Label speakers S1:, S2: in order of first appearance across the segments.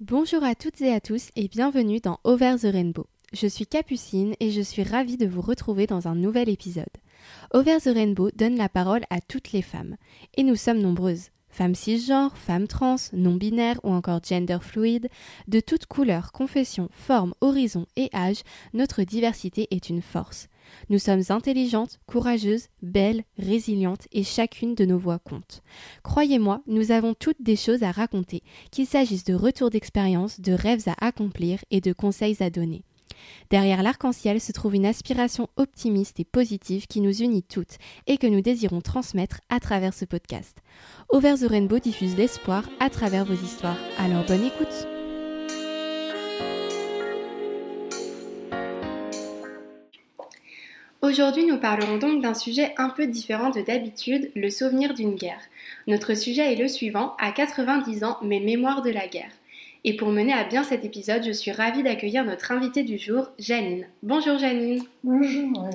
S1: Bonjour à toutes et à tous et bienvenue dans Over the Rainbow. Je suis Capucine et je suis ravie de vous retrouver dans un nouvel épisode. Over the Rainbow donne la parole à toutes les femmes. Et nous sommes nombreuses. Femmes cisgenres, femmes trans, non-binaires ou encore gender fluide, de toutes couleurs, confessions, formes, horizons et âges, notre diversité est une force. Nous sommes intelligentes, courageuses, belles, résilientes et chacune de nos voix compte. Croyez-moi, nous avons toutes des choses à raconter, qu'il s'agisse de retours d'expérience, de rêves à accomplir et de conseils à donner. Derrière l'arc-en-ciel se trouve une aspiration optimiste et positive qui nous unit toutes et que nous désirons transmettre à travers ce podcast. Over the Rainbow diffuse l'espoir à travers vos histoires, alors bonne écoute Aujourd'hui, nous parlerons donc d'un sujet un peu différent de d'habitude, le souvenir d'une guerre. Notre sujet est le suivant, à 90 ans, mes mémoires de la guerre. Et pour mener à bien cet épisode, je suis ravie d'accueillir notre invitée du jour, Janine. Bonjour Janine.
S2: Bonjour.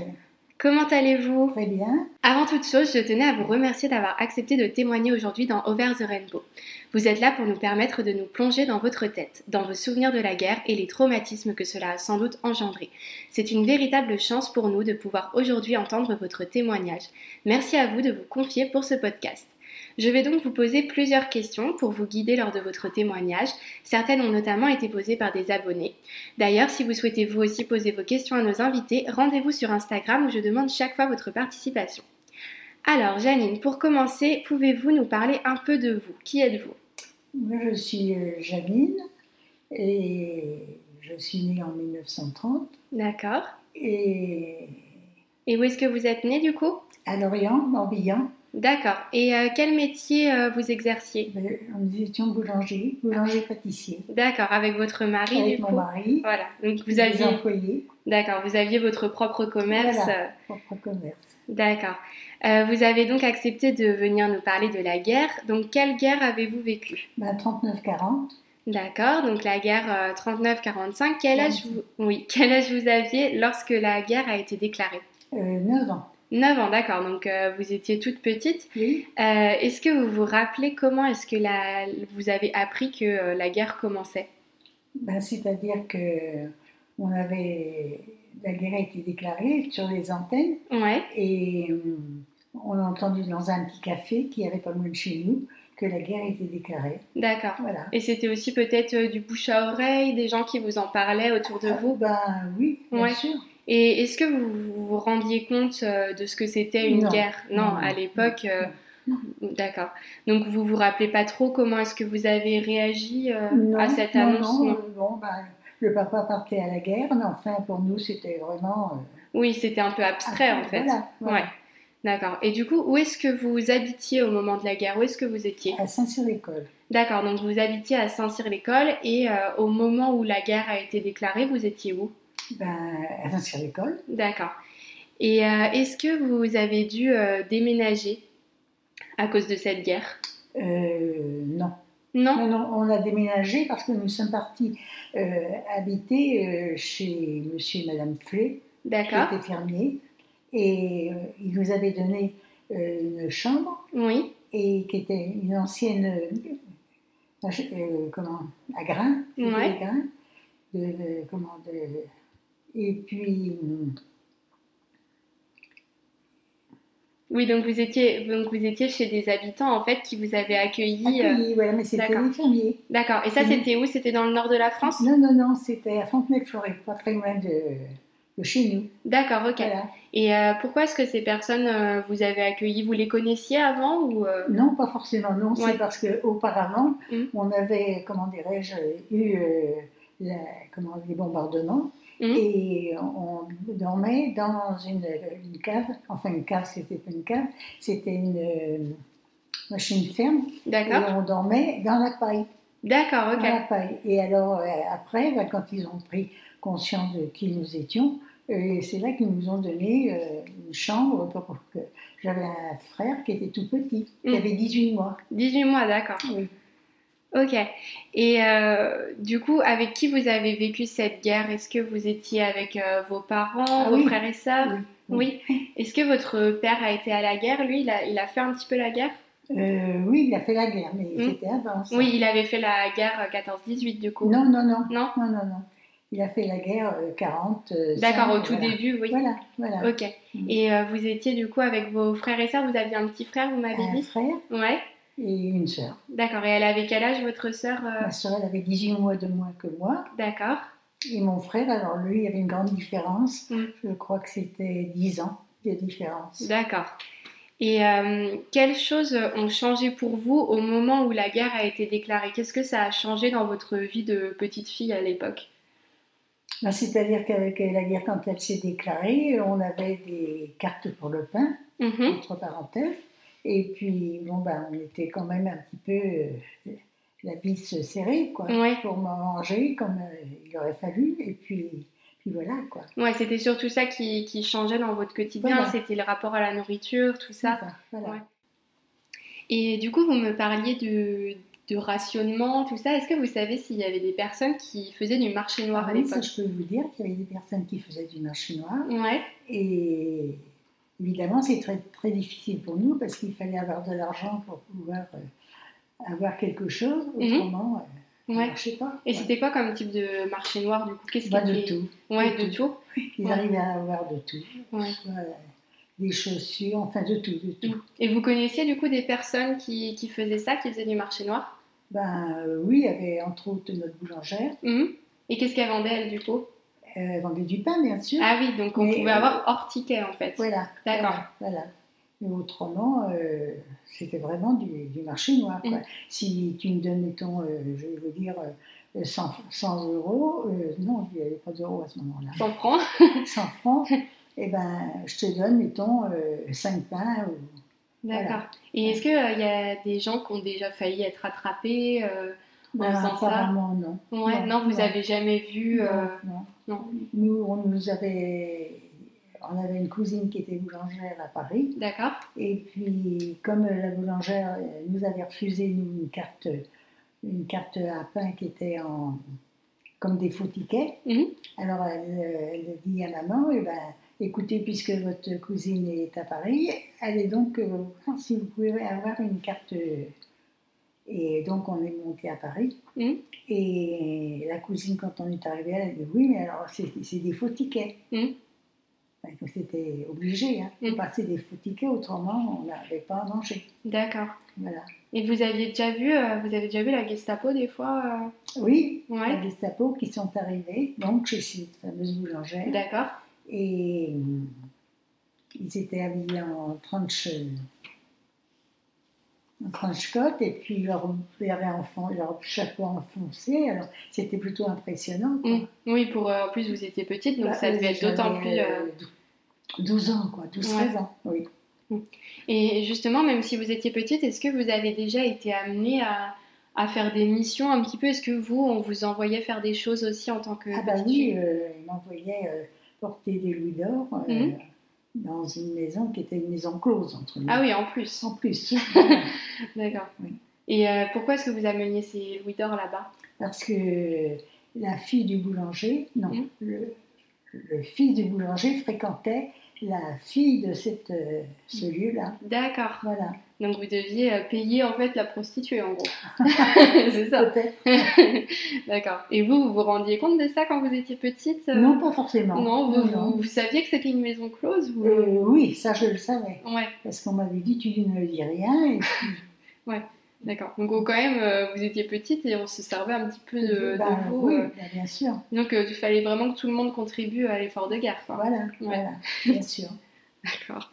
S1: Comment allez-vous
S2: Très bien.
S1: Avant toute chose, je tenais à vous remercier d'avoir accepté de témoigner aujourd'hui dans Over the Rainbow. Vous êtes là pour nous permettre de nous plonger dans votre tête, dans vos souvenirs de la guerre et les traumatismes que cela a sans doute engendré. C'est une véritable chance pour nous de pouvoir aujourd'hui entendre votre témoignage. Merci à vous de vous confier pour ce podcast. Je vais donc vous poser plusieurs questions pour vous guider lors de votre témoignage. Certaines ont notamment été posées par des abonnés. D'ailleurs, si vous souhaitez vous aussi poser vos questions à nos invités, rendez-vous sur Instagram où je demande chaque fois votre participation. Alors, Janine, pour commencer, pouvez-vous nous parler un peu de vous Qui êtes-vous
S2: Moi, je suis euh, Janine et je suis née en 1930
S1: D'accord.
S2: et
S1: Et où est-ce que vous êtes née du coup
S2: à Lorient, Morbihan.
S1: D'accord. Et euh, quel métier euh, vous exerciez
S2: euh, Nous étions boulangers, boulanger-pâtissier.
S1: D'accord, avec votre mari
S2: Avec
S1: du
S2: mon
S1: coup.
S2: mari,
S1: Voilà. Donc vous
S2: des
S1: aviez,
S2: employés,
S1: d'accord, vous aviez votre propre commerce.
S2: Voilà.
S1: euh,
S2: propre commerce.
S1: D'accord. Euh, vous avez donc accepté de venir nous parler de la guerre. Donc, quelle guerre avez-vous vécue
S2: Ben, 39-40,
S1: D'accord. Donc, la guerre euh, 39-45. Quel âge vous... Oui, quel âge vous aviez lorsque la guerre a été déclarée
S2: euh, 9 ans.
S1: 9 ans, d'accord. Donc, euh, vous étiez toute petite.
S2: Oui.
S1: Euh, est-ce que vous vous rappelez comment est-ce que la... vous avez appris que euh, la guerre commençait
S2: Ben, C'est-à-dire que on avait, la guerre a été déclarée sur les antennes
S1: Ouais.
S2: Et euh, on a entendu dans un petit café qui avait pas loin de chez nous que la guerre était déclarée.
S1: D'accord.
S2: Voilà.
S1: Et c'était aussi peut-être euh, du bouche à oreille, des gens qui vous en parlaient autour de vous.
S2: Ben oui, bien
S1: Ouais.
S2: sûr.
S1: Et est-ce que vous vous rendiez compte euh, de ce que c'était une
S2: Non.
S1: guerre Non,
S2: Non,
S1: à
S2: non,
S1: l'époque. euh,
S2: non,
S1: D'accord. Donc vous vous rappelez pas trop comment est-ce que vous avez réagi euh,
S2: Non,
S1: à cette
S2: non,
S1: annonce
S2: non,
S1: Non.
S2: euh, bon, ben, le papa partait à la guerre, mais enfin pour nous c'était vraiment. euh,
S1: Oui, c'était un peu abstrait
S2: ah,
S1: en fait.
S2: Voilà, voilà.
S1: Ouais. D'accord. Et du coup, où est-ce que vous habitiez au moment de la guerre Où est-ce que vous étiez
S2: À Saint-Cyr-l'École.
S1: D'accord. Donc vous habitiez à Saint-Cyr-l'École et euh, au moment où la guerre a été déclarée, vous étiez où
S2: Ben, à Saint-Cyr-l'École,
S1: D'accord. Et euh, est-ce que vous avez dû euh, déménager à cause de cette guerre
S2: euh, non.
S1: Non
S2: non. Non, on a déménagé parce que nous sommes partis euh, habiter euh, chez monsieur et madame Flé. qui
S1: D'accord.
S2: était fermier, et euh, il nous avait donné euh, une chambre
S1: Oui.
S2: et qui était une ancienne euh, euh, comment à grains, qui faisait
S1: Ouais.
S2: des grains, de, de- comment de- et puis hum,
S1: Oui, donc vous étiez donc vous étiez chez des habitants en fait qui vous avaient accueilli. euh,
S2: accueilli, voilà, ah, mais c'était
S1: d'accord.
S2: les fermiers.
S1: D'accord. Et ça,
S2: Mhm.
S1: c'était où C'était dans le nord de la France
S2: Non, non, non, c'était à Fontenay-Fleury, pas très loin de, de chez nous.
S1: D'accord, ok.
S2: Voilà.
S1: Et euh, pourquoi est-ce que ces personnes euh, vous avez accueillies Vous les connaissiez avant ou euh,
S2: Non, pas forcément, non,
S1: Ouais.
S2: c'est parce qu'auparavant,
S1: Mhm.
S2: on avait, comment dirais-je, eu euh, la- comment, les bombardements.
S1: Mhm.
S2: Et on dormait dans une, une cave, enfin une cave, c'était pas une cave, c'était une euh, machine ferme, et
S1: D'accord.
S2: on dormait dans la paille.
S1: D'accord, ok.
S2: dans la paille. Et alors euh, après, ben, quand ils ont pris conscience de qui nous étions, euh, c'est là qu'ils nous ont donné euh, une chambre. pour que... J'avais un frère qui était tout petit, qui
S1: Mm.
S2: avait 18 mois.
S1: 18 mois, d'accord.
S2: Oui.
S1: Ok. Et euh, du coup, avec qui vous avez vécu cette guerre Est-ce que vous étiez avec euh, vos parents,
S2: Ah
S1: vos
S2: oui.
S1: frères et sœurs
S2: Oui.
S1: Oui. Est-ce que votre père a été à la guerre Lui, il a, il a fait un petit peu la guerre
S2: Euh, oui, il a fait la guerre, mais c'était avant ça.
S3: Mm. Oui, il avait fait la guerre 14-18 du coup.
S2: Non, non, non.
S3: Non
S2: Non, non, non. Il a fait la guerre euh, 40. euh,
S3: D'accord, au tout
S2: voilà. Mm.
S3: début, oui.
S2: Voilà, voilà.
S3: Ok. Et euh, vous étiez du coup avec vos frères et sœurs, vous aviez un petit frère, vous m'avez
S2: Un
S3: dit
S2: frère
S3: Ouais.
S2: et une sœur.
S3: D'accord. Et elle avait quel âge votre sœur euh,
S2: Ma sœur, elle avait 18 mois de moins que moi.
S3: D'accord.
S2: Et mon frère, alors lui, il y avait une grande différence.
S3: Mm.
S2: Je crois que c'était 10 ans de différence.
S3: D'accord. Et euh, quelles choses ont changé pour vous au moment où la guerre a été déclarée Qu'est-ce que ça a changé dans votre vie de petite fille à l'époque
S2: Ben, C'est-à-dire qu'avec la guerre, quand elle s'est déclarée, on avait des cartes pour le pain,
S3: Mhm.
S2: entre parenthèses. Et puis, bon, ben, on était quand même un petit peu euh, la vis serrée, quoi.
S3: Ouais.
S2: Pour manger comme euh, il aurait fallu. Et puis, puis voilà, quoi.
S3: Ouais, c'était surtout ça qui, qui changeait dans votre quotidien.
S2: Voilà. Mm-hmm.
S3: C'était le rapport à la nourriture, tout ça.
S2: Enfin, voilà.
S3: Ouais. Et du coup, vous me parliez de, de rationnement, tout ça. Est-ce que vous savez s'il y avait des personnes qui faisaient du marché noir
S2: Ah
S3: à
S2: oui, ça,
S3: l'époque
S2: je peux vous dire qu'il y avait des personnes qui faisaient du marché noir.
S3: Ouais,
S2: Et évidemment, c'est très, très difficile pour nous parce qu'il fallait avoir de l'argent pour pouvoir euh, avoir quelque chose. Autrement, euh, ça
S3: Mhm. ouais.
S2: marchait pas.
S3: Et
S2: quoi.
S3: c'était quoi comme type de marché noir du coup Qu'est-ce
S2: Pas
S3: qui
S2: Bah, de
S3: était-
S2: tout.
S3: Ouais,
S2: De
S3: de tout.
S2: Ils
S3: Ouais.
S2: arrivaient à avoir de tout.
S3: Ouais.
S2: Voilà. Des chaussures, enfin de tout, de tout.
S3: Mm. Et vous connaissiez du coup des personnes qui, qui faisaient ça, qui faisaient du marché noir
S2: Ben euh, oui, il y avait entre autres notre boulangère.
S3: Mhm. Et qu'est-ce qu'elles vendaient elles du coup
S2: Elle vendait du pain, bien sûr.
S3: Ah oui, donc on
S2: Mais,
S3: pouvait
S2: euh,
S3: avoir hors ticket en fait.
S2: Voilà.
S3: D'accord.
S2: Voilà. voilà. Mais autrement, euh, c'était vraiment du, du marché noir.
S3: Mm.
S2: quoi. Si tu me donnes, mettons, euh, je vais vous dire, euh, 100, 100 euros, euh, non, il n'y avait pas d'euros à ce moment-là,
S3: Sans prend.
S2: 100 francs, eh ben, je te donne, mettons, 5 pains. ou-
S3: D'accord.
S2: Voilà.
S3: Et est-ce qu'il y a des gens qui ont déjà failli être attrapés euh,
S2: Ben,
S3: faisant ça
S2: apparemment, non.
S3: Ouais, non,
S2: Non,
S3: vous
S2: non.
S3: avez jamais vu. euh,
S2: non,
S3: non.
S2: Nous, on nous avait... On avait une cousine qui était boulangère à Paris,
S3: D'accord.
S2: et puis comme euh, la boulangère euh, nous avait refusé nous, une carte, une carte à pain qui était en comme des faux tickets,
S3: Mhm.
S2: alors elle, euh, elle dit à maman, eh ben, écoutez, puisque votre cousine est à Paris, allez donc euh, voir si vous pouvez avoir une carte. euh, Et donc on est monté à Paris.
S3: Mhm.
S2: Et la cousine, quand on est arrivé, elle a dit oui, mais alors c'est c'est des faux tickets.
S3: Mhm.
S2: Enfin, que C'était obligé, hein, de
S3: Mhm.
S2: passer des faux tickets, autrement on n'avait pas à manger.
S3: D'accord.
S2: Voilà.
S3: Et vous aviez déjà vu, euh, vous avez déjà vu la Gestapo des fois
S2: Oui,
S3: euh, Ouais.
S2: les Gestapo qui sont arrivés, donc chez cette fameuse boulangère,
S3: D'accord.
S2: et euh, ils étaient habillés en trench, euh, en trench coat, et puis leur, ils avaient enfon- leur chapeau enfoncé, alors c'était plutôt impressionnant. quoi.
S3: Mm. Oui, pour euh, en plus vous étiez petite, donc
S2: Bah,
S3: ça
S2: eux,
S3: devait être
S2: ils avaient,
S3: d'autant plus. euh,
S2: euh, dou- 12 ans, quoi, 12-13 ans, oui.
S3: Et justement, même si vous étiez petite, est-ce que vous avez déjà été amenée à, à faire des missions un petit peu Est-ce que vous, on vous envoyait faire des choses aussi en tant que
S2: Ah bah
S3: petite
S2: oui,
S3: fille
S2: euh, il m'envoyait euh, porter des louis d'or euh,
S3: Mhm.
S2: dans une maison qui était une maison close entre nous.
S3: Ah oui, en plus.
S2: En plus,
S3: D'accord.
S2: Oui.
S3: Et euh, pourquoi est-ce que vous ameniez ces louis d'or là-bas
S2: parce que la fille du boulanger, non,
S3: Mhm.
S2: le, le fils du boulanger fréquentait la fille de cette, euh, ce
S3: Mmh.
S2: lieu-là.
S3: D'accord.
S2: Voilà,
S3: Donc vous deviez euh, payer en fait la prostituée en gros. C'est ça.
S2: peut-être.
S3: D'accord. Et vous, vous vous rendiez compte de ça quand vous étiez petite euh
S2: Non, pas forcément.
S3: Non, vous,
S2: non.
S3: vous- vous saviez que c'était une maison close ou...
S2: Euh, oui, ça je le savais,
S3: Ouais,
S2: parce qu'on m'avait dit tu ne dis rien. Et
S3: d'accord. Donc oh, quand même, euh, vous étiez petite et on se servait un petit peu de, de
S2: Bah,
S3: vous.
S2: oui,
S3: euh,
S2: bah, bien sûr.
S3: Donc euh, il fallait vraiment que tout le monde contribue à l'effort de guerre. quoi.
S2: Voilà, voilà, bien sûr.
S3: D'accord.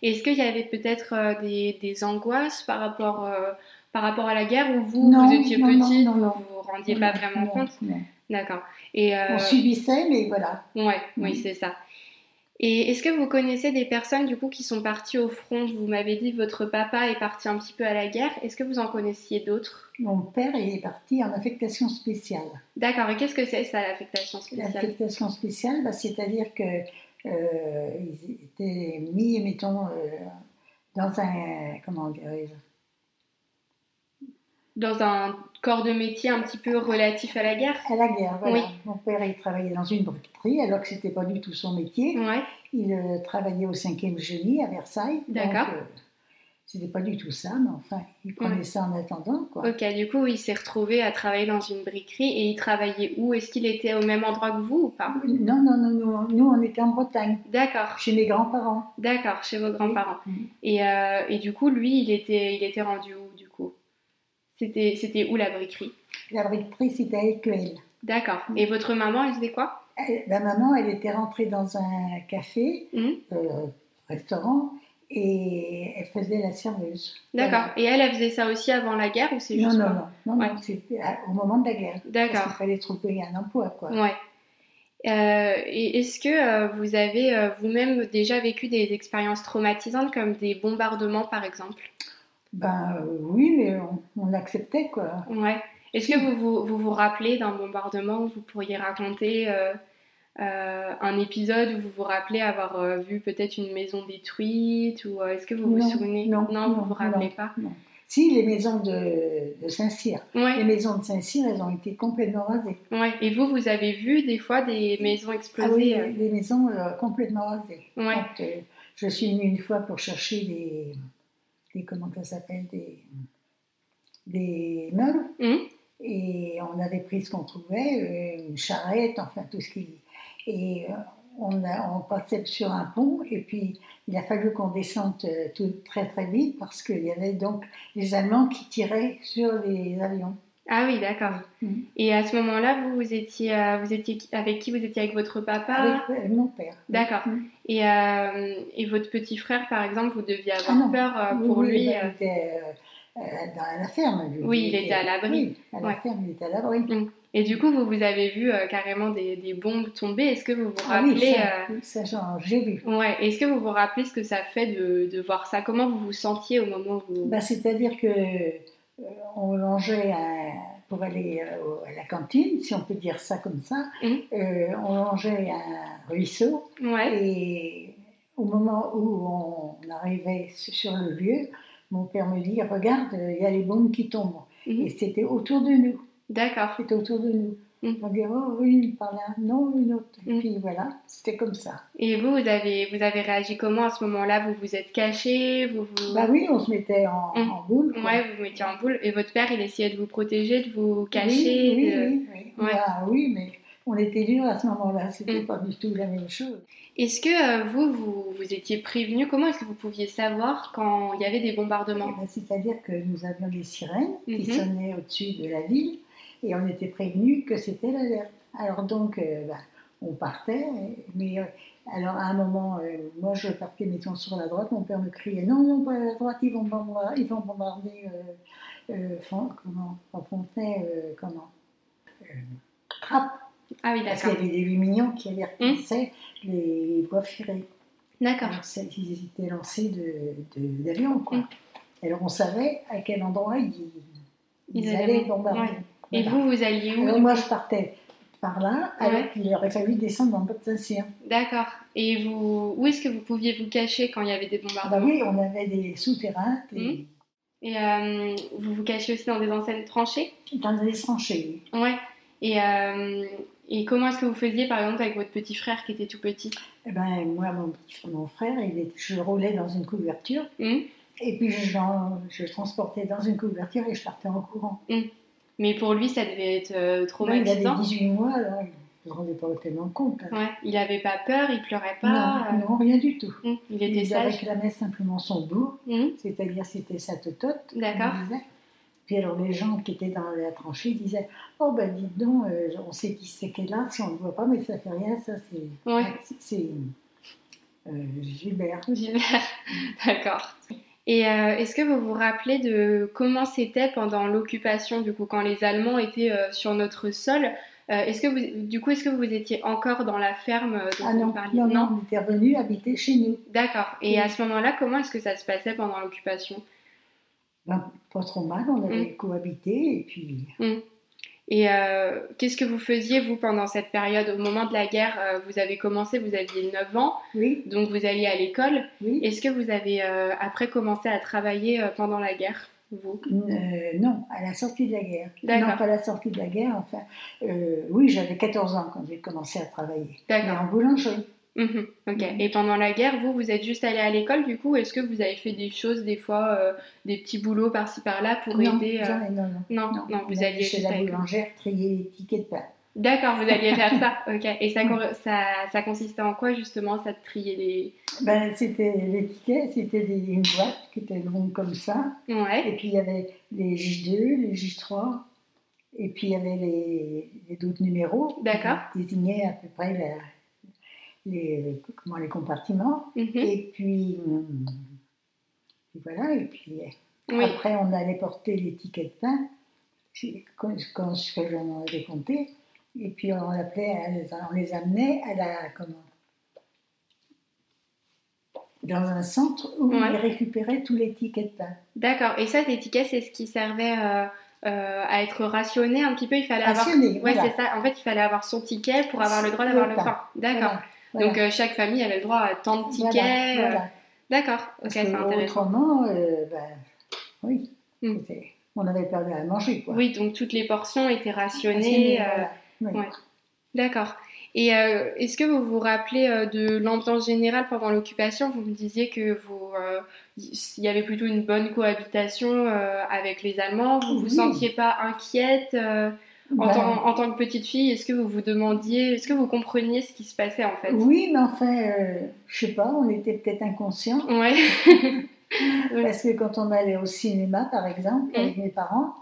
S3: Et Est-ce qu'il y avait peut-être euh, des, des angoisses par rapport, euh, par rapport à la guerre où vous,
S2: Non,
S3: vous étiez
S2: non, non,
S3: petite,
S2: non, non.
S3: vous vous rendiez pas vraiment
S2: Non,
S3: compte
S2: non.
S3: D'accord. Et euh,
S2: On subissait, mais voilà.
S3: ouais, oui,
S2: Oui.
S3: c'est ça. Et est-ce que vous connaissez des personnes du coup qui sont parties au front Vous m'avez dit que votre papa est parti un petit peu à la guerre. Est-ce que vous en connaissiez d'autres
S2: Mon père il est parti en affectation spéciale.
S3: D'accord. Et qu'est-ce que c'est ça l'affectation spéciale
S2: L'affectation spéciale, bah, c'est-à-dire que euh, ils étaient mis, mettons, euh, dans un comment dirais-je,
S3: Dans un corps de métier un petit peu relatif à la guerre
S2: à la guerre. Voilà.
S3: Oui.
S2: Mon père il travaillait dans une briqueterie, alors que c'était pas du tout
S3: Mm.
S2: son métier.
S3: Ouais.
S2: Il euh, travaillait au 5e génie à Versailles. Donc,
S3: D'accord. Mm.
S2: euh, C'était pas du tout ça, mais enfin, il prenait
S3: Ouais.
S2: ça en attendant, quoi.
S3: Ok, du coup, il s'est retrouvé à travailler dans une briquerie et il travaillait où Est-ce qu'il était au même endroit que vous ou pas
S2: Non, non, non, nous, nous, on était en Bretagne,
S3: D'accord,
S2: chez mes grands-parents.
S3: d'accord, chez vos grands-parents.
S2: Mhm.
S3: Et, euh, et du coup, lui, il était, il était rendu où du coup C'était c'était où la briquerie
S2: La briquerie, c'était à Écuelle.
S3: D'accord.
S2: Mhm.
S3: Et votre maman, elle faisait quoi
S2: Elle- La maman, elle était rentrée dans un café,
S3: Mhm.
S2: euh, restaurant, et elle faisait la serveuse.
S3: D'accord. Et elle, elle faisait ça aussi avant la guerre ou c'est
S2: Euh. Non,
S3: juste
S2: non,
S3: pas-
S2: non, non,
S3: Ouais.
S2: non, c'était à- au moment de la guerre. Parce qu'il
S3: D'accord.
S2: fallait trouver un emploi, quoi.
S3: Ouais. Euh, et est-ce que euh, vous avez euh, vous-même déjà vécu des expériences traumatisantes comme des bombardements par exemple
S2: Ben euh, oui, mais on, on acceptait, quoi.
S3: Ouais. Est-ce que vous vous, vous vous rappelez d'un bombardement Vous pourriez raconter euh, euh, un épisode où vous vous rappelez avoir euh, vu peut-être une maison détruite ou euh, est-ce que vous vous
S2: Non,
S3: souvenez
S2: non,
S3: vous
S2: non,
S3: vous rappelez
S2: non.
S3: pas.
S2: Si, les maisons de, de Saint-Cyr. Les
S3: Ouais.
S2: maisons de Saint-Cyr, elles ont été complètement rasées.
S3: Ouais. Et vous, vous avez vu des fois des maisons exploser
S2: Ah oui,
S3: euh,
S2: les maisons euh, complètement rasées.
S3: Ouais.
S2: Quand, euh, je suis venue une fois pour chercher des, des comment ça s'appelle, des, des meubles.
S3: Mhm.
S2: Et on avait pris ce qu'on trouvait, euh, une charrette, enfin tout ce qui... Et euh, on, a- on passait sur un pont et puis il a fallu qu'on descende euh, tout, très très vite parce qu'il y avait donc les Allemands qui tiraient sur les avions.
S3: Ah oui, d'accord.
S2: Mhm.
S3: Et à ce moment-là, vous, vous étiez, euh, vous étiez qui- avec qui Vous étiez avec votre papa
S2: Avec euh, mon père.
S3: Ah. D'accord.
S2: Mhm.
S3: Et, euh, et votre petit frère, par exemple, vous deviez avoir
S2: Ah non.
S3: peur euh,
S2: Oui,
S3: pour
S2: oui,
S3: lui.
S2: ben,
S3: euh,
S2: il était euh, euh, dans la ferme. lui.
S3: Oui, il était à l'abri.
S2: oui, à la
S3: Ouais.
S2: ferme, il était à l'abri.
S3: Et du coup, vous, vous avez vu euh, carrément des, des bombes tomber. Est-ce que vous vous
S2: Ah oui,
S3: rappelez
S2: ça, oui, ça, j'en- j'ai vu.
S3: euh, Ouais. Est-ce que vous vous rappelez ce que ça fait de, de voir ça Comment vous vous sentiez au moment où vous...
S2: Bah, C'est-à-dire que euh, on longeait un- pour aller euh, au- à la cantine, si on peut dire ça comme ça,
S3: Mhm.
S2: euh, on longeait un ruisseau
S3: Ouais.
S2: et au moment où on arrivait su- sur le lieu, mon père me dit regarde, euh, il y a les bombes qui tombent.
S3: Mhm.
S2: Et c'était autour de nous.
S3: D'accord.
S2: C'était autour de nous.
S3: Mhm.
S2: On dit oh oui par là, non une autre.
S3: Mhm.
S2: Et puis voilà, c'était comme ça.
S3: Et vous, vous avez, vous avez réagi comment à ce moment-là Vous vous êtes caché Vous vous...
S2: Bah oui, on se mettait en,
S3: Mhm.
S2: en boule. quoi.
S3: Ouais, vous vous mettiez en boule. Et votre père, il essayait de vous protéger, de vous
S2: Oui,
S3: cacher
S2: oui,
S3: de-
S2: oui, oui.
S3: Ouais.
S2: Bah oui, mais on était durs à ce moment-là, c'était
S3: Mm.
S2: pas du tout la même chose.
S3: Est-ce que euh, vous, vous, vous étiez prévenu Comment est-ce que vous pouviez savoir quand il y avait des bombardements
S2: Eh ben, C'est-à-dire que nous avions des sirènes qui
S3: Mhm.
S2: sonnaient au-dessus de la ville et on était prévenus que c'était l'alerte. Alors donc, euh, bah, on partait, et- mais euh, alors à un moment, euh, moi je partais mettons sur la droite, mon père me criait non, non, pas à la droite, ils vont bombarder, ils vont bombarder euh, euh, Fon- comment, pas Fontenay, euh, comment, euh, Trappes.
S3: Ah oui,
S2: Parce qu'il y
S3: d'accord.
S2: avait des mignons qui avaient repensé les voies ferrées.
S3: Hum. D'accord.
S2: Alors, ça, ils étaient lancés de- de- d'avion, quoi.
S3: Mm.
S2: Alors, on savait à quel endroit ils, ils
S3: Ils allaient-
S2: allaient bombarder.
S3: Et
S2: Voilà.
S3: vous, vous alliez où
S2: Alors,
S3: du
S2: moi,
S3: coup
S2: je partais par là, alors
S3: Ouais.
S2: qu'il aurait fallu descendre en bas de Saint-Cyr.
S3: D'accord. Et vous, où est-ce que vous pouviez vous cacher quand il y avait des
S2: Ah bah
S3: bombardements
S2: oui, on avait des souterrains, des-
S3: Et euh, vous vous cachiez aussi dans des anciennes tranchées
S2: dans des tranchées.
S3: Ouais. Et, euh, et comment est-ce que vous faisiez, par exemple, avec votre petit frère qui était tout petit
S2: Eh ben, moi, mon, petit- mon frère, il est- je roulais dans une couverture,
S3: Mm.
S2: et puis je, je transportais dans une couverture et je partais en courant.
S3: Mais pour lui, ça devait être euh,
S2: Ouais, il avait
S3: traumatisant.
S2: 18 mois, alors il ne se rendait pas tellement compte. hein.
S3: Ouais. Il avait pas peur, il pleurait
S2: Non,
S3: Ah, pas. euh,
S2: non, rien du tout.
S3: mm, Il était
S2: il
S3: sage.
S2: réclamait simplement son bourg,
S3: Mm.
S2: c'est-à-dire c'était sa totote.
S3: D'accord.
S2: on disait. Puis alors les gens qui étaient dans la tranchée disaient Oh ben dites donc, euh, on sait qui c'est qui est là, si on ne le voit pas, mais ça fait rien, ça c'est.
S3: Ouais.
S2: C'est. euh, Gilbert.
S3: Divers.
S2: Mm.
S3: D'accord. Et euh, est-ce que vous vous rappelez de comment c'était pendant l'occupation, du coup, quand les Allemands étaient euh, sur notre sol Euh, Est-ce que vous, du coup, est-ce que vous étiez encore dans la ferme euh, dont
S2: Ah
S3: vous
S2: non,
S3: parliez
S2: non, non, on était revenu habiter chez nous.
S3: D'accord. Et
S2: Oui.
S3: à ce moment-là, comment est-ce que ça se passait pendant l'occupation
S2: Ben, pas trop mal,
S3: Mm.
S2: on avait cohabité, et puis
S3: Et euh, qu'est-ce que vous faisiez, vous, pendant cette période Au moment de la guerre, euh, vous avez commencé, vous aviez 9 ans,
S2: oui,
S3: donc vous alliez à l'école.
S2: oui.
S3: Est-ce que vous avez euh, après commencé à travailler euh, pendant la guerre, vous
S2: Euh, non, à la sortie de la guerre.
S3: D'accord.
S2: Non, pas à la sortie de la guerre, enfin. euh, oui, j'avais 14 ans quand j'ai commencé à travailler. Mais
S3: D'accord.
S2: en boulangerie.
S3: Mhm, ok. Et pendant la guerre, vous, vous êtes juste allé à l'école, du coup, est-ce que vous avez fait des choses, des fois, euh, des petits boulots par-ci par-là pour
S2: non,
S3: aider euh,
S2: jamais, non, non.
S3: Non, non,
S2: on
S3: vous
S2: allait
S3: alliez
S2: chez
S3: juste à
S2: la
S3: l'école.
S2: boulangère trier les tickets de pain.
S3: D'accord, vous alliez faire ça, ok. Et
S2: Mm.
S3: ça, cor- ça, ça consistait en quoi justement, ça de trier les...
S2: Ben, c'était les tickets, c'était des- une boîte qui était longue comme ça.
S3: Ouais,
S2: Et puis il y avait les J2, les J3, et puis il y avait les, les autres numéros. qui
S3: D'accord.
S2: Désignaient à peu près la- les, comment, les compartiments.
S3: mhm,
S2: Et puis, hum, puis voilà, et puis
S3: oui,
S2: après on allait porter les tickets de pain, si- quand, quand ce que j'en avais compté. Et puis on, appelait, à les- on les amenait à la. Comment dans un centre où
S3: Ouais.
S2: ils récupéraient tous les tickets de pain.
S3: d'accord. Et ça, des tickets, c'est ce qui servait euh, euh, à être rationné un petit peu, il fallait avoir...
S2: Passionné,
S3: Ouais,
S2: Ah, voilà.
S3: c'est ça. En fait, il fallait avoir son ticket pour avoir le droit d'avoir le
S2: Le pain.
S3: pain. D'accord.
S2: Voilà,
S3: Donc, euh, chaque famille avait le droit à tant de
S2: voilà,
S3: tickets. euh,
S2: voilà.
S3: D'accord, ok,
S2: Parce
S3: c'est
S2: que
S3: intéressant.
S2: Autrement, euh, ben, oui,
S3: Mm.
S2: c'était- on avait pas à manger. Quoi.
S3: Oui, donc toutes les portions étaient rationnées.
S2: Passionné,
S3: euh,
S2: voilà. Oui.
S3: ouais. D'accord. Et euh, est-ce que vous vous rappelez euh, de l'ambiance générale pendant l'occupation Vous me disiez que vous, euh, y- il y avait plutôt une bonne cohabitation euh, avec les Allemands. Vous vous
S2: Oui.
S3: sentiez pas inquiète euh, en,
S2: Ben,
S3: tant, en tant que petite fille Est-ce que vous vous demandiez, est-ce que vous compreniez ce qui se passait en fait
S2: Oui, mais enfin, euh, je sais pas, on était peut-être inconscient.
S3: Ouais. Oui.
S2: Parce que quand on allait au cinéma, par exemple,
S3: Mm.
S2: avec mes parents,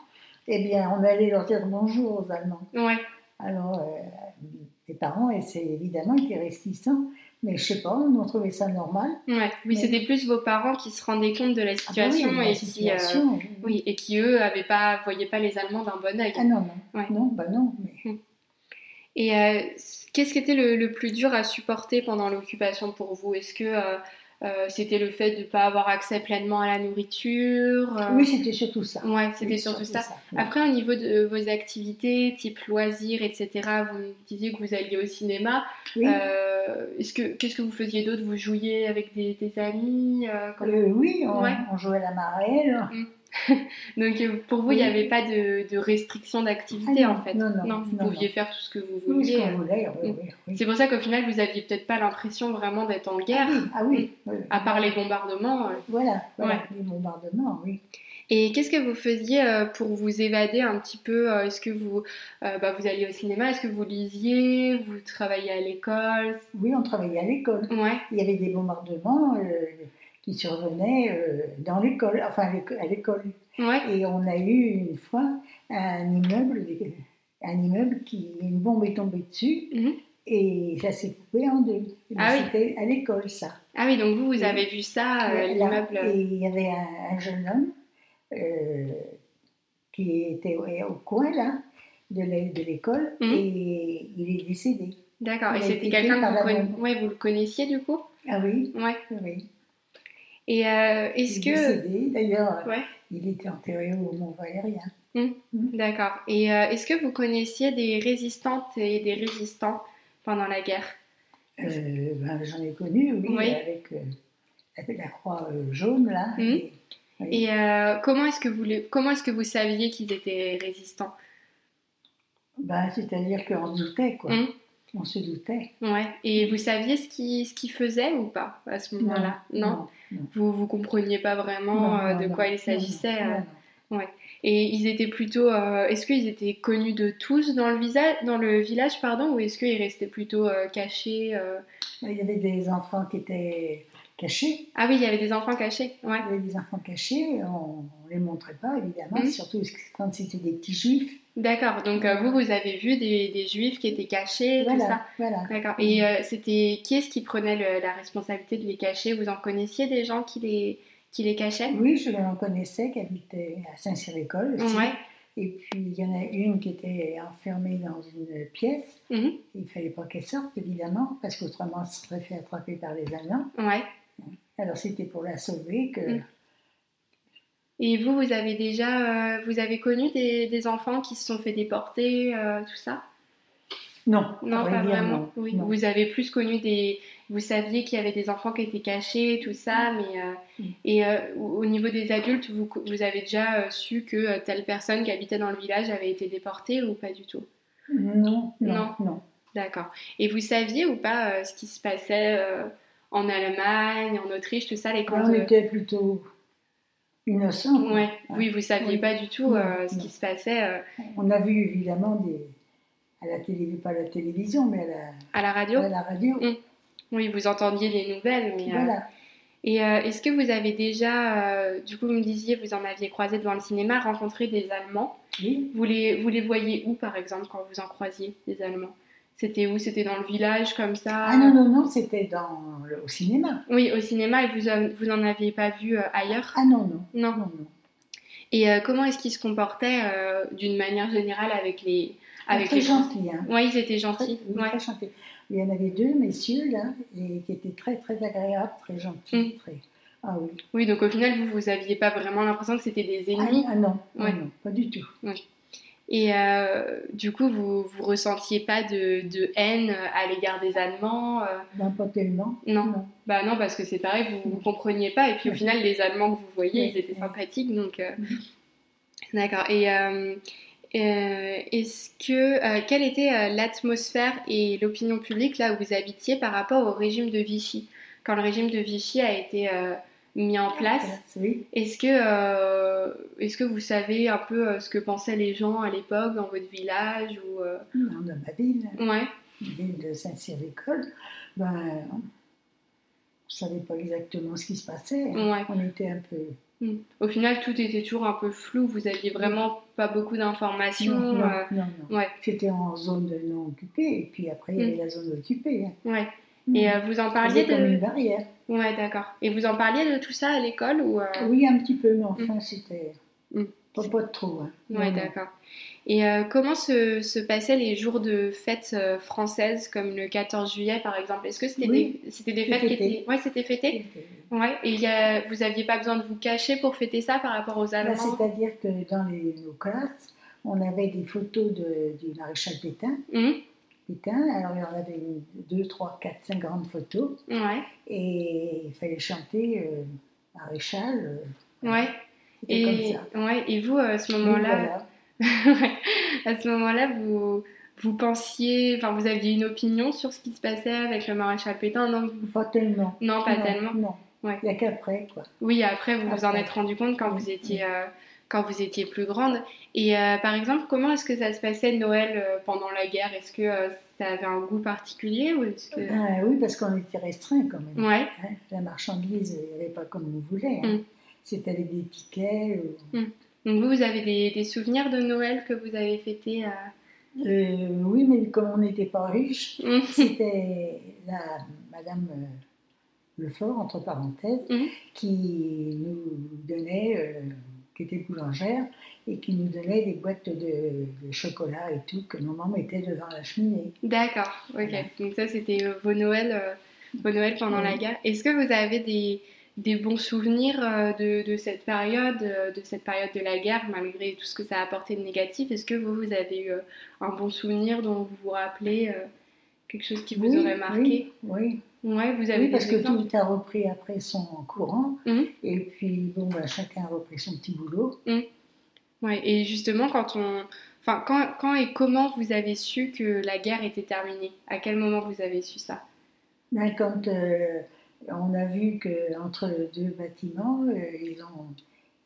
S2: eh bien, on allait leur dire bonjour aux Allemands.
S3: ouais.
S2: Alors, euh, mes parents, et c'est évidemment, étaient réticents, mais je sais pas, on trouvait ça normal.
S3: Ouais.
S2: Mais-
S3: Oui, c'était plus vos parents qui se rendaient compte de la
S2: Ah bah oui,
S3: situation
S2: la
S3: et qui. euh,
S2: situation, oui.
S3: Oui, et qui eux avaient pas, voyaient pas les Allemands d'un bon œil.
S2: Ah non, non,
S3: Ouais.
S2: non, bah non, mais
S3: Et euh, qu'est-ce qui était le, le plus dur à supporter pendant l'occupation pour vous Est-ce que euh, euh, c'était le fait de ne pas avoir accès pleinement à la nourriture euh,
S2: oui, c'était surtout ça.
S3: Ouais, c'était
S2: Oui,
S3: surtout ça.
S2: ouais.
S3: Après, au niveau de euh, vos activités, type loisirs, etc., vous me disiez que vous alliez au cinéma.
S2: Oui.
S3: Euh, est-ce que, qu'est-ce que vous faisiez d'autre Vous jouiez avec des, des amis euh, comment-
S2: Euh, oui, on,
S3: Ouais.
S2: on jouait à la marelle. Ah
S3: Donc, euh, pour vous, il n'y
S2: Oui.
S3: avait pas de, de restriction d'activité,
S2: Ah non,
S3: en fait
S2: Non, non,
S3: vous
S2: non,
S3: pouviez faire tout ce que vous
S2: non. Oui, ce
S3: vouliez.
S2: qu'on voulait, oui,
S3: Mm.
S2: oui, oui.
S3: C'est pour ça qu'au final, vous aviez peut-être pas l'impression vraiment d'être en
S2: Ah
S3: guerre,
S2: oui, ah oui, oui, oui.
S3: à part les bombardements. euh.
S2: Voilà, voilà les bombardements, oui.
S3: Et qu'est-ce que vous faisiez euh, pour vous évader un petit peu euh, Est-ce que vous, euh, bah, vous alliez au cinéma Est-ce que vous lisiez Vous travailliez à l'école
S2: Oui, on travaillait à l'école.
S3: Ouais,
S2: Il y avait des bombardements euh, qui survenaient euh, dans l'école, enfin à l'éco- à l'école.
S3: ouais.
S2: Et on a eu une fois un immeuble, un immeuble qui une bombe est tombée dessus
S3: Mhm.
S2: et ça s'est coupé en deux. Mais
S3: Ah oui.
S2: C'était à l'école ça.
S3: Ah oui, donc vous, vous
S2: Oui.
S3: avez vu ça, euh,
S2: Là,
S3: l'immeuble.
S2: Et il y avait un, un jeune homme euh, qui était au, au coin là de l'é- de l'école
S3: Mhm.
S2: et il est décédé.
S3: D'accord. Et
S2: il a
S3: c'était
S2: été
S3: quelqu'un
S2: tué par
S3: que vous,
S2: la
S3: conna-
S2: bombe.
S3: ouais, vous le connaissiez du coup
S2: Ah oui,
S3: Ouais.
S2: oui.
S3: Et euh, est-ce
S2: Il est
S3: que.
S2: décédé. D'ailleurs,
S3: Ouais.
S2: il était enterré au Mont Valérien.
S3: D'accord. Et euh, est-ce que vous connaissiez des résistantes et des résistants pendant la guerre
S2: Euh, ben, J'en ai connu, oui,
S3: Ah. Oui.
S2: avec euh, avec la croix euh, jaune, là.
S3: Mhm.
S2: Et- oui.
S3: Et euh, comment est-ce que vous les- comment est-ce que vous saviez qu'ils étaient résistants
S2: ben, C'est-à-dire qu'on se doutait, quoi.
S3: Mhm.
S2: On se doutait.
S3: Ouais. Et vous saviez ce qu'ils ce qu'ils faisaient ou pas à ce moment-là Vous vous compreniez pas vraiment
S2: Non,
S3: euh,
S2: non,
S3: de
S2: non,
S3: quoi
S2: non,
S3: il s'agissait.
S2: non,
S3: euh.
S2: non.
S3: Et ils étaient plutôt euh, est-ce qu'ils étaient connus de tous dans le visa- dans le village pardon ou est-ce qu'ils restaient plutôt euh, cachés euh
S2: Il y avait des enfants qui étaient cachés.
S3: Ah oui, il y avait des enfants cachés. Ouais.
S2: Il y avait des enfants cachés, on ne les montrait pas, évidemment,
S3: Mhm.
S2: surtout quand c'était des petits juifs.
S3: D'accord. Donc euh, vous vous avez vu des, des juifs qui étaient cachés tout ça.
S2: Voilà, voilà.
S3: D'accord. Et euh, c'était qui est-ce qui prenait le- la responsabilité de les cacher Vous en connaissiez des gens qui les, qui les cachaient
S2: Oui, je l'en connaissais, qui habitait à Saint-Cyr-École aussi.
S3: Ouais.
S2: Et puis, il y en a une qui était enfermée dans une pièce.
S3: Mhm.
S2: Il fallait pas qu'elle sorte, évidemment, parce qu'autrement, elle se serait fait attraper par les Allemands.
S3: Ouais.
S2: Alors, c'était pour la sauver que...
S3: Mhm. Et vous, vous avez déjà, euh, vous avez connu des, des enfants qui se sont fait déporter, euh, tout ça
S2: Non, à
S3: Non,
S2: vrai
S3: pas
S2: dire,
S3: vraiment.
S2: non,
S3: oui.
S2: non.
S3: Vous avez plus connu des, vous saviez qu'il y avait des enfants qui étaient cachés, tout ça, mais euh,
S2: Mm.
S3: et euh, au au niveau des adultes, vous, co- vous avez déjà euh, su que euh, telle personne qui habitait dans le village avait été déportée ou pas du tout
S2: Non, non,
S3: Non.
S2: non.
S3: D'accord. Et vous saviez ou pas euh, ce qui se passait euh, en Allemagne, en Autriche, tout ça, les camps
S2: Alors, on
S3: de...
S2: était plutôt innocents.
S3: euh, Ouais. Oui, vous saviez
S2: Oui.
S3: pas du tout euh, ce
S2: Non.
S3: qui se passait euh,
S2: On a vu évidemment des, à la télé, pas à la télévision, mais à la,
S3: à la radio.
S2: à la radio.
S3: Mm. Oui, vous entendiez les nouvelles. Mais, euh,
S2: Voilà.
S3: Et euh, est-ce que vous avez déjà, euh, du coup, vous me disiez, vous en aviez croisé devant le cinéma, rencontré des Allemands.
S2: Oui.
S3: Vous les, vous les voyez où, par exemple, quand vous en croisiez des Allemands C'était où C'était dans le village, comme ça
S2: Ah non, non, non, c'était dans le- au cinéma.
S3: Oui, au cinéma, et vous, en- vous n'en aviez pas vu euh, ailleurs
S2: Ah non, non.
S3: Non.
S2: non, non.
S3: Et euh, comment est-ce qu'ils se comportaient euh, d'une manière générale avec les... Avec
S2: Très
S3: les...
S2: gentil, hein.
S3: Oui, ils étaient
S2: Très,
S3: gentils.
S2: oui,
S3: ouais.
S2: très gentil. Il y en avait deux messieurs là, et qui étaient très très agréables, très
S3: Mm.
S2: gentils. Très... Ah oui.
S3: Oui, donc au final, vous, vous aviez pas vraiment l'impression que c'était des
S2: Ah,
S3: ennemis.
S2: ah non, ah
S3: Ouais.
S2: non, pas du tout.
S3: Et euh, du coup, vous vous ressentiez pas de, de haine euh, à l'égard des Allemands euh,
S2: Non, pas tellement.
S3: Non.
S2: Non.
S3: Bah non, parce que c'est pareil, vous ne compreniez pas. Et puis au
S2: Ouais.
S3: final, les Allemands que vous voyez,
S2: Ouais,
S3: ils étaient
S2: ouais.
S3: sympathiques. Donc, euh,
S2: Mhm.
S3: d'accord. Et euh, euh, est-ce que euh, quelle était euh, l'atmosphère et l'opinion publique là où vous habitiez par rapport au régime de Vichy, quand le régime de Vichy a été euh, mis en place
S2: Oui.
S3: Est-ce que, euh, est-ce que vous savez un peu euh, ce que pensaient les gens à l'époque dans votre village ou euh,
S2: Non, dans ma ville,
S3: Ouais,
S2: ville de Saint-Cyr-École, ben, on ne savait pas exactement ce qui se passait. hein.
S3: ouais.
S2: On était un peu.
S3: Mm. Au final, tout était toujours un peu flou. Vous aviez vraiment pas beaucoup d'informations.
S2: non, non,
S3: euh,
S2: non, non.
S3: ouais.
S2: C'était en zone non occupée, et puis après, il y avait la zone occupée. hein.
S3: ouais. Et
S2: Mm.
S3: euh, vous en
S2: C'était
S3: parliez
S2: comme une
S3: de.
S2: barrière.
S3: Ouais, d'accord. Et vous en parliez de tout ça à l'école ou euh,
S2: Oui, un petit peu, mais enfin, c'était.
S3: Mm.
S2: Pas, pas trop. Hein.
S3: Ouais,
S2: Non, non.
S3: d'accord. Et euh, comment se, se passaient les jours de fêtes euh, françaises, comme le 14 juillet par exemple Est-ce que c'était
S2: Oui.
S3: des, c'était des
S2: C'était
S3: fêtes qui
S2: fêté.
S3: étaient. Ouais, c'était fêté
S2: C'était-
S3: Ouais, et il y a- vous aviez pas besoin de vous cacher pour fêter ça par rapport aux
S2: Bah,
S3: Allemands
S2: C'est-à-dire que dans les, nos classes, on avait des photos de- du maréchal Pétain.
S3: Mhm,
S2: Pétain. Alors, il y en avait une, deux, trois, quatre, cinq grandes photos.
S3: Ouais,
S2: Et il fallait chanter euh, Maréchal. euh,
S3: ouais.
S2: c'était
S3: Et,
S2: comme ça.
S3: ouais, et vous, à ce
S2: Et
S3: moment-là,
S2: voilà.
S3: à ce moment-là, vous, vous pensiez, enfin, vous aviez une opinion sur ce qui se passait avec le maréchal Pétain Non, vous-
S2: Pas tellement.
S3: non pas
S2: Non,
S3: tellement.
S2: Non.
S3: Ouais.
S2: Il n'y a qu'après, quoi.
S3: Oui, après, vous vous en
S2: Après.
S3: êtes rendu compte quand
S2: Oui,
S3: vous étiez, euh, quand vous étiez plus grande. Et euh, par exemple, comment est-ce que ça se passait Noël euh, pendant la guerre Est-ce que euh, ça avait un goût particulier ou est-ce que-
S2: Ah, oui, parce qu'on était restreint quand même.
S3: Euh. Ouais,
S2: hein. La marchandise, il n'y avait pas comme on voulait. hein.
S3: Mm.
S2: C'était avec des tickets. ou-
S3: donc vous, vous avez des, des souvenirs de Noël que vous avez fêté euh,
S2: Euh, oui, mais comme on n'était pas riche,
S3: Mm.
S2: C'était la Madame euh, Lefort, entre parenthèses,
S3: Mhm.
S2: qui nous donnait, euh, qui était boulangère, et qui nous donnait des boîtes de, de chocolat et tout que maman mettait devant la cheminée.
S3: D'accord, ok.
S2: Voilà.
S3: Donc ça, c'était euh, vos Noëls euh, vos Noëls pendant la
S2: Oui.
S3: guerre. Est-ce que vous avez des, des bons souvenirs euh, de, de cette période, euh, de cette période de la guerre, malgré tout ce que ça a apporté de négatif Est-ce que vous, vous avez eu euh, un bon souvenir dont vous vous rappelez euh, quelque chose qui vous
S2: Oui,
S3: aurait marqué
S2: Oui,
S3: Ouais, vous
S2: oui,
S3: avez
S2: parce
S3: des
S2: que
S3: exemples
S2: tout a repris après son courant,
S3: Mhm.
S2: et puis bon, bah, chacun a repris son petit boulot.
S3: Ouais, et justement, quand on, enfin, quand, quand et comment vous avez su que la guerre était terminée À quel moment vous avez su ça
S2: Ben, quand euh, on a vu qu'entre deux bâtiments, euh, ils ont-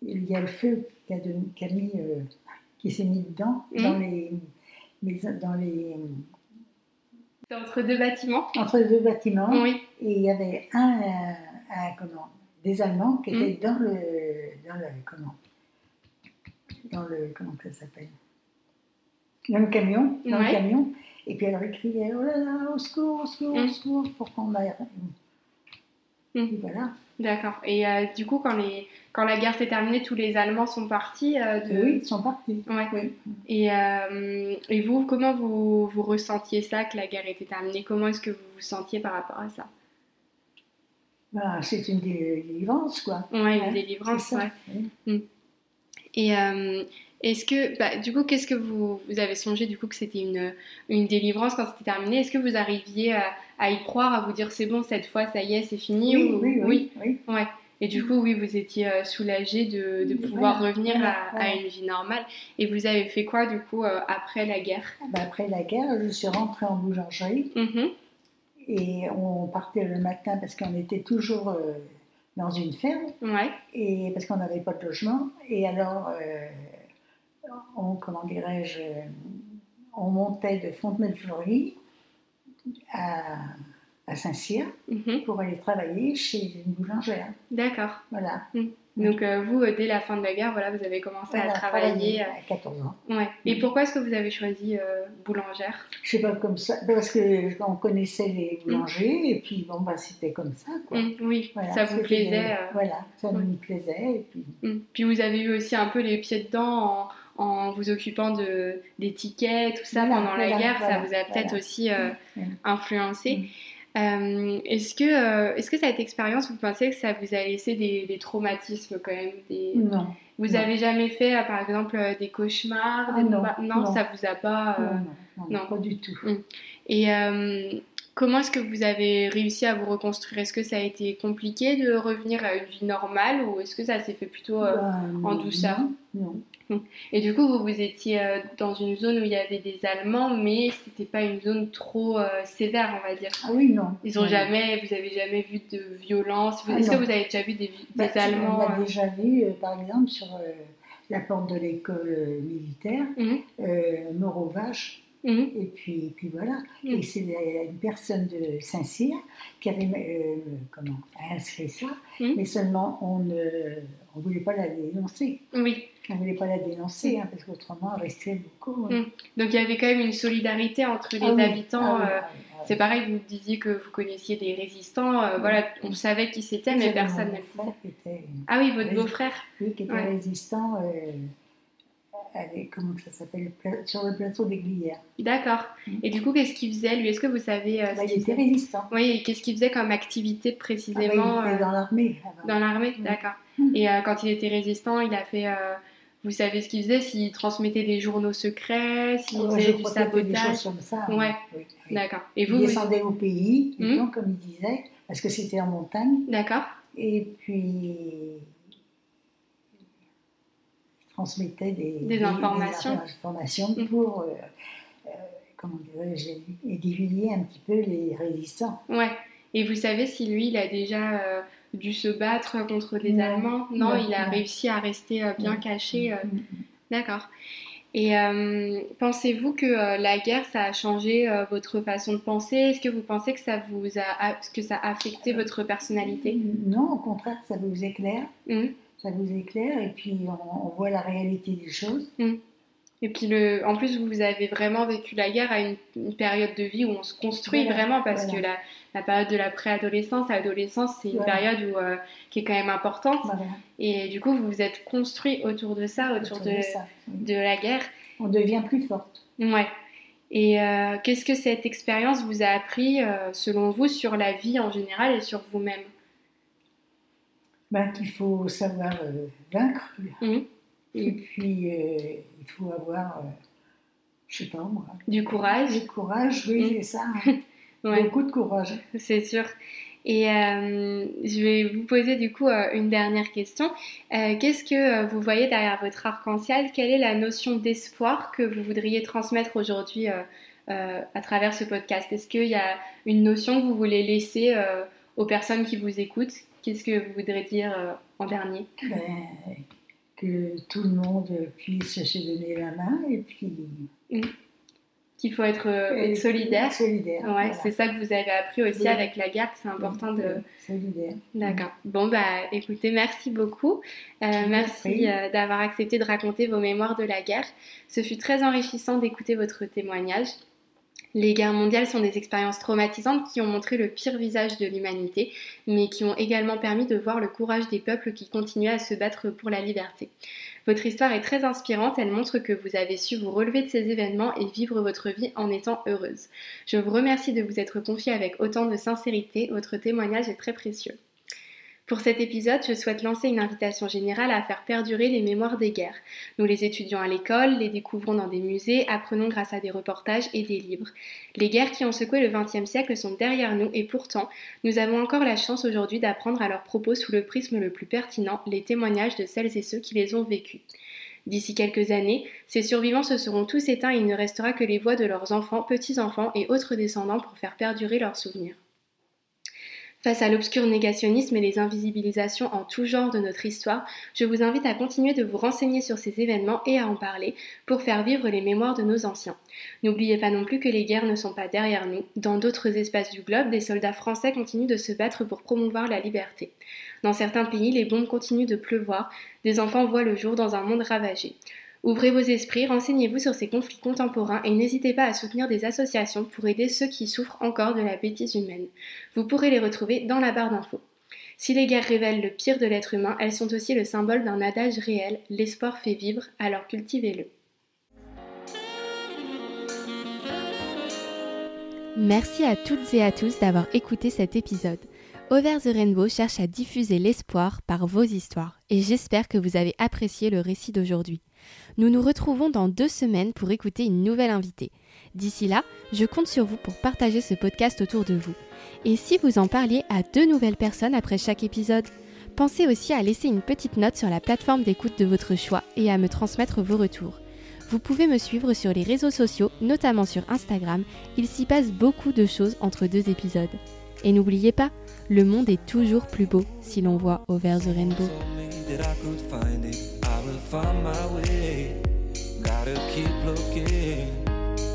S2: il y a le feu qui, a de- qui a mis, euh, qui s'est mis dedans,
S3: Mhm.
S2: dans les, mais dans les,
S3: C'était entre deux bâtiments
S2: entre deux bâtiments.
S3: Oui.
S2: Et il y avait un, euh, un, comment, des Allemands qui étaient dans le, dans le, comment, dans le, comment que ça s'appelle Dans le camion, dans
S3: Ouais.
S2: le camion. Et puis alors ils criaient, oh là là, au secours, au secours,
S3: Mm.
S2: au secours, pour qu'on aille.
S3: Mm.
S2: Et voilà.
S3: D'accord. Et euh, du coup, quand, les... quand la guerre s'est terminée, tous les Allemands sont partis euh, de...
S2: Oui, ils sont partis.
S3: Ouais.
S2: Oui.
S3: Et, euh, et vous, comment vous, vous ressentiez ça, que la guerre était terminée Comment est-ce que vous vous sentiez par rapport à ça
S2: Bah, c'est une délivrance, quoi.
S3: Ouais, une
S2: Ouais,
S3: délivrance,
S2: c'est ça.
S3: ouais. Mm.
S2: Oui.
S3: Et euh, est-ce que, bah, du coup, qu'est-ce que vous, vous avez songé, du coup, que c'était une, une délivrance quand c'était terminé Est-ce que vous euh, arriviez à, à y croire, à vous dire, c'est bon, cette fois, ça y est, c'est fini
S2: Oui,
S3: ou-
S2: oui, oui, oui.
S3: Ouais. Et du coup, oui, vous étiez euh, soulagée de, de
S2: Voilà,
S3: pouvoir revenir
S2: voilà,
S3: à,
S2: voilà.
S3: à une vie normale. Et vous avez fait quoi, du coup, euh, après la guerre
S2: Bah, après la guerre, je suis rentrée en boulangerie
S3: Mhm.
S2: et on partait le matin parce qu'on était toujours euh, dans une ferme
S3: Ouais.
S2: et parce qu'on n'avait pas de logement. Et alors, euh, on, comment dirais-je, euh, on montait de Fontenay-fleury à, à Saint-Cyr
S3: Mhm.
S2: pour aller travailler chez une boulangère.
S3: D'accord.
S2: Voilà.
S3: Donc, euh, vous, euh, dès la fin de la guerre, voilà, vous avez commencé
S2: On
S3: à
S2: a
S3: travailler.
S2: travaillé à 14 ans.
S3: euh, ouais. Et
S2: Mhm.
S3: pourquoi est-ce que vous avez choisi euh, boulangère
S2: Je sais pas comme ça, parce que on connaissait les
S3: Mm.
S2: boulangers et puis bon bah c'était comme ça quoi.
S3: Mhm, Oui,
S2: Voilà,
S3: ça vous
S2: c'était-
S3: plaisait. euh,
S2: Voilà, ça
S3: oui.
S2: nous plaisait. Et puis,
S3: Mm. Puis vous avez eu aussi un peu les pieds dedans en, en vous occupant de, des tickets, tout ça
S2: Voilà,
S3: pendant la
S2: voilà,
S3: guerre, ça
S2: voilà,
S3: vous a peut-être
S2: voilà.
S3: aussi euh,
S2: Mm.
S3: influencé. Euh, est-ce que, euh, est-ce que cette expérience, vous pensez que ça vous a laissé des, des traumatismes quand même des...
S2: non,
S3: Vous
S2: Mm. Non.
S3: avez jamais fait, euh, par exemple, euh, des cauchemars
S2: Ah
S3: des
S2: non,
S3: combats-
S2: non.
S3: ça vous a pas. euh,
S2: non, non, non,
S3: non.
S2: pas du tout.
S3: Et euh, comment est-ce que vous avez réussi à vous reconstruire Est-ce que ça a été compliqué de revenir à une vie normale ou est-ce que ça s'est fait plutôt euh,
S2: Bah,
S3: en
S2: non,
S3: douceur.
S2: Non,
S3: Et du coup, vous, vous étiez euh, dans une zone où il y avait des Allemands, mais c'était pas une zone trop euh, sévère, on va dire.
S2: ah oui non.
S3: Ils ont
S2: Non.
S3: jamais, vous avez jamais vu de violence. Vous-
S2: Ah
S3: Est-ce que
S2: non.
S3: vous avez déjà vu des, vi-
S2: Bah,
S3: des Allemands
S2: On a
S3: euh,
S2: déjà vu, euh, par exemple, sur euh, la porte de l'école euh, militaire,
S3: Mhm.
S2: euh, mort aux vaches,
S3: mhm,
S2: et puis, et puis voilà.
S3: Mhm.
S2: Et c'est la- une personne de Saint-Cyr qui avait euh, comment, inscrit ça,
S3: Mhm.
S2: mais seulement on ne on voulait pas la dénoncer.
S3: Mhm. Oui.
S2: On ne voulait pas la dénoncer, hein, parce qu'autrement, elle restait beaucoup. hein.
S3: Mhm. Donc il y avait quand même une solidarité entre les
S2: Ah oui,
S3: habitants.
S2: ah oui,
S3: euh,
S2: ah oui, ah oui.
S3: c'est pareil, vous disiez que vous connaissiez des résistants. euh,
S2: Mhm.
S3: Voilà, on savait qui c'était, mais
S2: J'avais
S3: personne
S2: mon
S3: ne le disait.
S2: frère qui était-
S3: Ah oui, votre
S2: Oui.
S3: beau-frère.
S2: Oui, qui était
S3: Ouais.
S2: résistant euh, avec, comment ça s'appelle, pla- sur le plateau des Glières.
S3: D'accord.
S2: Mhm.
S3: Et du coup, qu'est-ce qu'il faisait lui Est-ce que vous savez euh, ce
S2: Bah, il
S3: qu'il
S2: était
S3: faisait
S2: résistant.
S3: Oui, et qu'est-ce qu'il faisait comme
S2: Ah,
S3: activité
S2: bah, il
S3: précisément
S2: était
S3: euh,
S2: dans l'armée. avant.
S3: Dans l'armée,
S2: Mm.
S3: d'accord.
S2: Mm.
S3: Et euh, quand il était résistant, il a fait. euh, vous savez ce qu'il faisait S'il transmettait des journaux secrets, s'il
S2: Ouais,
S3: faisait
S2: je
S3: du
S2: crois qu'il y avait des
S3: sabotage
S2: choses comme ça.
S3: Ouais.
S2: hein. Oui, oui.
S3: D'accord. Et
S2: Il
S3: vous, vous-
S2: descendait au pays,
S3: Mhm.
S2: donc, comme il disait, parce que c'était en montagne.
S3: D'accord.
S2: Et puis, il transmettait des,
S3: Des informations.
S2: informations
S3: Mhm.
S2: pour, euh, euh, comment dirais-je, édifier un petit peu les résistants.
S3: Ouais. Et vous savez si lui, il a déjà euh, dû se battre contre les
S2: Non.
S3: Allemands non,
S2: Non,
S3: il a
S2: non.
S3: réussi à rester euh, bien
S2: Non.
S3: caché. euh,
S2: Mhm.
S3: D'accord. Et euh, pensez-vous que euh, la guerre, ça a changé euh, votre façon de penser Est-ce que vous pensez que ça vous a, a- que ça a affecté votre personnalité
S2: Non, au contraire, ça vous éclaire.
S3: Mhm.
S2: Ça vous éclaire et puis on, on voit la réalité des choses.
S3: Et puis, le, en plus, vous avez vraiment vécu la guerre à une, une période de vie où on se construit
S2: Voilà,
S3: vraiment parce
S2: voilà.
S3: que la, la période de la préadolescence à l'adolescence, c'est une
S2: Voilà.
S3: période où, euh, qui est quand même importante.
S2: Voilà,
S3: Et du coup, vous vous êtes construit autour de ça, autour,
S2: autour
S3: de,
S2: de ça.
S3: de la guerre.
S2: On devient plus forte.
S3: Ouais. Et euh, qu'est-ce que cette expérience vous a appris, euh, selon vous, sur la vie en général et sur vous-même
S2: Ben, qu'il faut savoir euh, vaincre.
S3: Mhm.
S2: Et puis euh, il faut avoir, euh, je sais pas moi,
S3: Du courage
S2: du courage, oui,
S3: Mhm.
S2: c'est ça. hein.
S3: Ouais.
S2: Beaucoup de courage.
S3: C'est sûr. Et euh, je vais vous poser du coup euh, une dernière question. Euh, Qu'est-ce que euh, vous voyez derrière votre arc-en-ciel Quelle est la notion d'espoir que vous voudriez transmettre aujourd'hui euh, euh, à travers ce podcast Est-ce qu'il y a une notion que vous voulez laisser euh, aux personnes qui vous écoutent Qu'est-ce que vous voudrez dire euh, en dernier
S2: Ben, que tout le monde puisse se donner la main et puis
S3: Qu'il faut être, euh,
S2: et
S3: être solidaire.
S2: Solidaire.
S3: Ouais,
S2: voilà.
S3: c'est ça que vous avez appris aussi
S2: Oui.
S3: avec la guerre, que c'est important de,
S2: Solidaire.
S3: D'accord. Bon, bah écoutez, merci beaucoup.
S2: vous
S3: Euh,
S2: en
S3: merci
S2: prie.
S3: euh, d'avoir accepté de raconter vos mémoires de la guerre. Ce fut très enrichissant d'écouter votre témoignage. Les guerres mondiales sont des expériences traumatisantes qui ont montré le pire visage de l'humanité, mais qui ont également permis de voir le courage des peuples qui continuaient à se battre pour la liberté. Votre histoire est très inspirante, elle montre que vous avez su vous relever de ces événements et vivre votre vie en étant heureuse. Je vous remercie de vous être confiée avec autant de sincérité, votre témoignage est très précieux. Pour cet épisode, je souhaite lancer une invitation générale à faire perdurer les mémoires des guerres. Nous les étudions à l'école, les découvrons dans des musées, apprenons grâce à des reportages et des livres. Les guerres qui ont secoué le XXe siècle sont derrière nous et pourtant, nous avons encore la chance aujourd'hui d'apprendre à leurs propos sous le prisme le plus pertinent, les témoignages de celles et ceux qui les ont vécues. D'ici quelques années, ces survivants se seront tous éteints et il ne restera que les voix de leurs enfants, petits-enfants et autres descendants pour faire perdurer leurs souvenirs. Face à l'obscur négationnisme et les invisibilisations en tout genre de notre histoire, je vous invite à continuer de vous renseigner sur ces événements et à en parler pour faire vivre les mémoires de nos anciens. N'oubliez pas non plus que les guerres ne sont pas derrière nous. Dans d'autres espaces du globe, des soldats français continuent de se battre pour promouvoir la liberté. Dans certains pays, les bombes continuent de pleuvoir, des enfants voient le jour dans un monde ravagé. Ouvrez vos esprits, renseignez-vous sur ces conflits contemporains et n'hésitez pas à soutenir des associations pour aider ceux qui souffrent encore de la bêtise humaine. Vous pourrez les retrouver dans la barre d'infos. Si les guerres révèlent le pire de l'être humain, elles sont aussi le symbole d'un adage réel, l'espoir fait vivre, alors cultivez-le.
S1: Merci à toutes et à tous d'avoir écouté cet épisode. Over the Rainbow cherche à diffuser l'espoir par vos histoires et j'espère que vous avez apprécié le récit d'aujourd'hui. Nous nous retrouvons dans deux semaines pour écouter une nouvelle invitée. D'ici là, je compte sur vous pour partager ce podcast autour de vous. Et si vous en parliez à deux nouvelles personnes après chaque épisode, pensez aussi à laisser une petite note sur la plateforme d'écoute de votre choix et à me transmettre vos retours. Vous pouvez me suivre sur les réseaux sociaux, notamment sur Instagram, il s'y passe beaucoup de choses entre deux épisodes. Et n'oubliez pas, le monde est toujours plus beau si l'on voit Over the Rainbow.
S4: that I could find it, I will find my way. Gotta keep looking.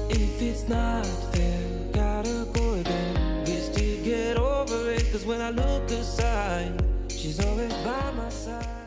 S4: If it's not there, gotta go again. We still get over it, cause when I look aside, she's always by my side.